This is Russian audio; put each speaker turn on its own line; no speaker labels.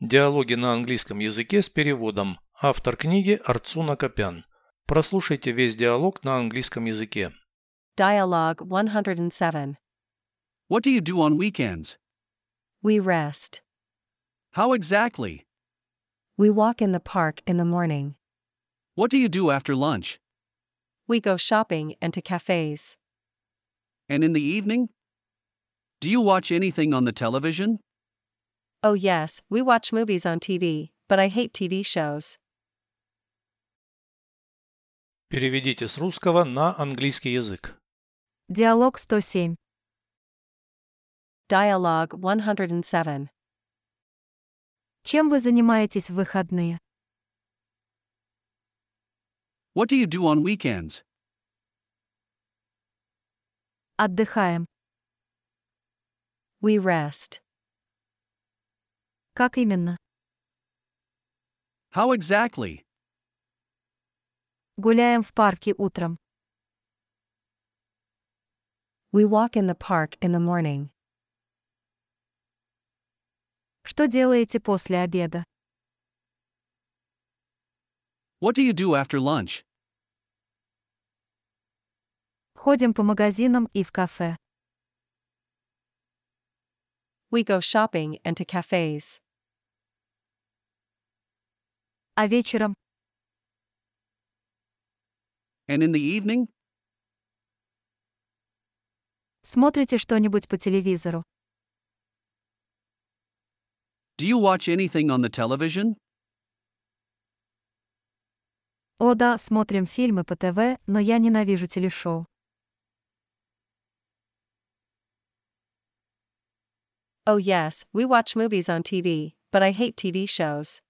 Диалоги на английском языке с переводом. Автор книги Арцуна Копян. Прослушайте весь диалог на английском языке.
Dialogue 107.
What do you do on weekends?
We rest.
How exactly?
We walk in the park in the morning.
What do you do after lunch?
We go shopping and to cafes.
And in the evening? Do you watch anything on the television?
Oh, yes, we watch movies on TV, but I hate TV shows.
Переведите с русского на английский язык.
Диалог 107.
Dialogue 107.
Чем вы занимаетесь в выходные?
What do you do on weekends?
Отдыхаем.
We rest.
Как именно?
How exactly?
Гуляем в парке утром.
We walk in the park in the morning.
Что делаете после обеда?
What do you do after lunch?
Ходим по магазинам и в кафе.
We go shopping and to cafes.
А вечером?
And in the evening?
Смотрите что-нибудь по телевизору.
Do you watch anything on the television?
О да, смотрим фильмы по ТВ, но я ненавижу телешоу.
Oh, yes, we watch movies on TV, but I hate TV shows.